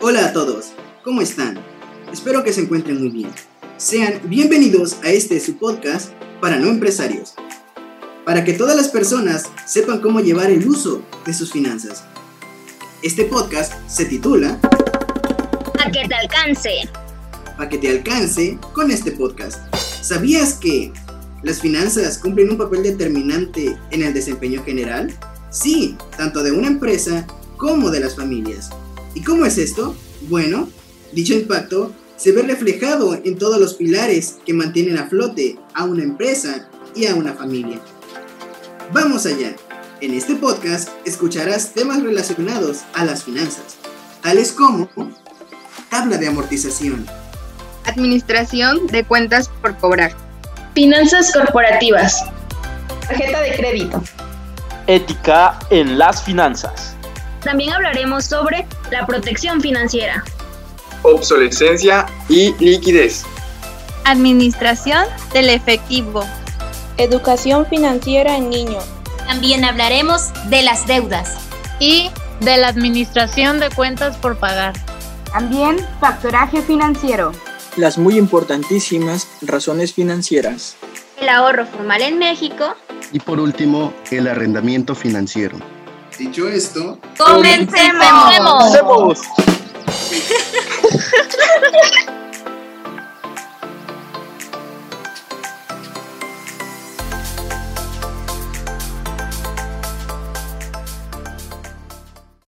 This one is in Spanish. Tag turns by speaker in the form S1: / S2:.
S1: Hola a todos, ¿cómo están? Espero que se encuentren muy bien. Sean bienvenidos a este su podcast para no empresarios, para que todas las personas sepan cómo llevar el uso de sus finanzas. Este podcast se titula
S2: A que te alcance.
S1: Para que te alcance con este podcast. ¿Sabías que las finanzas cumplen un papel determinante en el desempeño general? Sí, tanto de una empresa como de las familias. ¿Y cómo es esto? Bueno, dicho impacto se ve reflejado en todos los pilares que mantienen a flote a una empresa y a una familia. Vamos allá. En este podcast escucharás temas relacionados a las finanzas, tales como tabla de amortización,
S3: administración de cuentas por cobrar,
S4: Finanzas corporativas.
S5: Tarjeta de crédito.
S6: Ética en las finanzas.
S2: También hablaremos sobre la protección financiera.
S7: obsolescencia y liquidez.
S3: administración del efectivo,
S8: Educación financiera en niños.
S2: También hablaremos de las deudas.
S9: y de la administración de cuentas por pagar.
S3: también factoraje financiero,
S10: las muy importantísimas razones financieras.
S2: El ahorro formal en México.
S11: Y por último, el arrendamiento financiero.
S1: Dicho esto,
S2: ¡Comencemos!
S6: ¡Hacemos!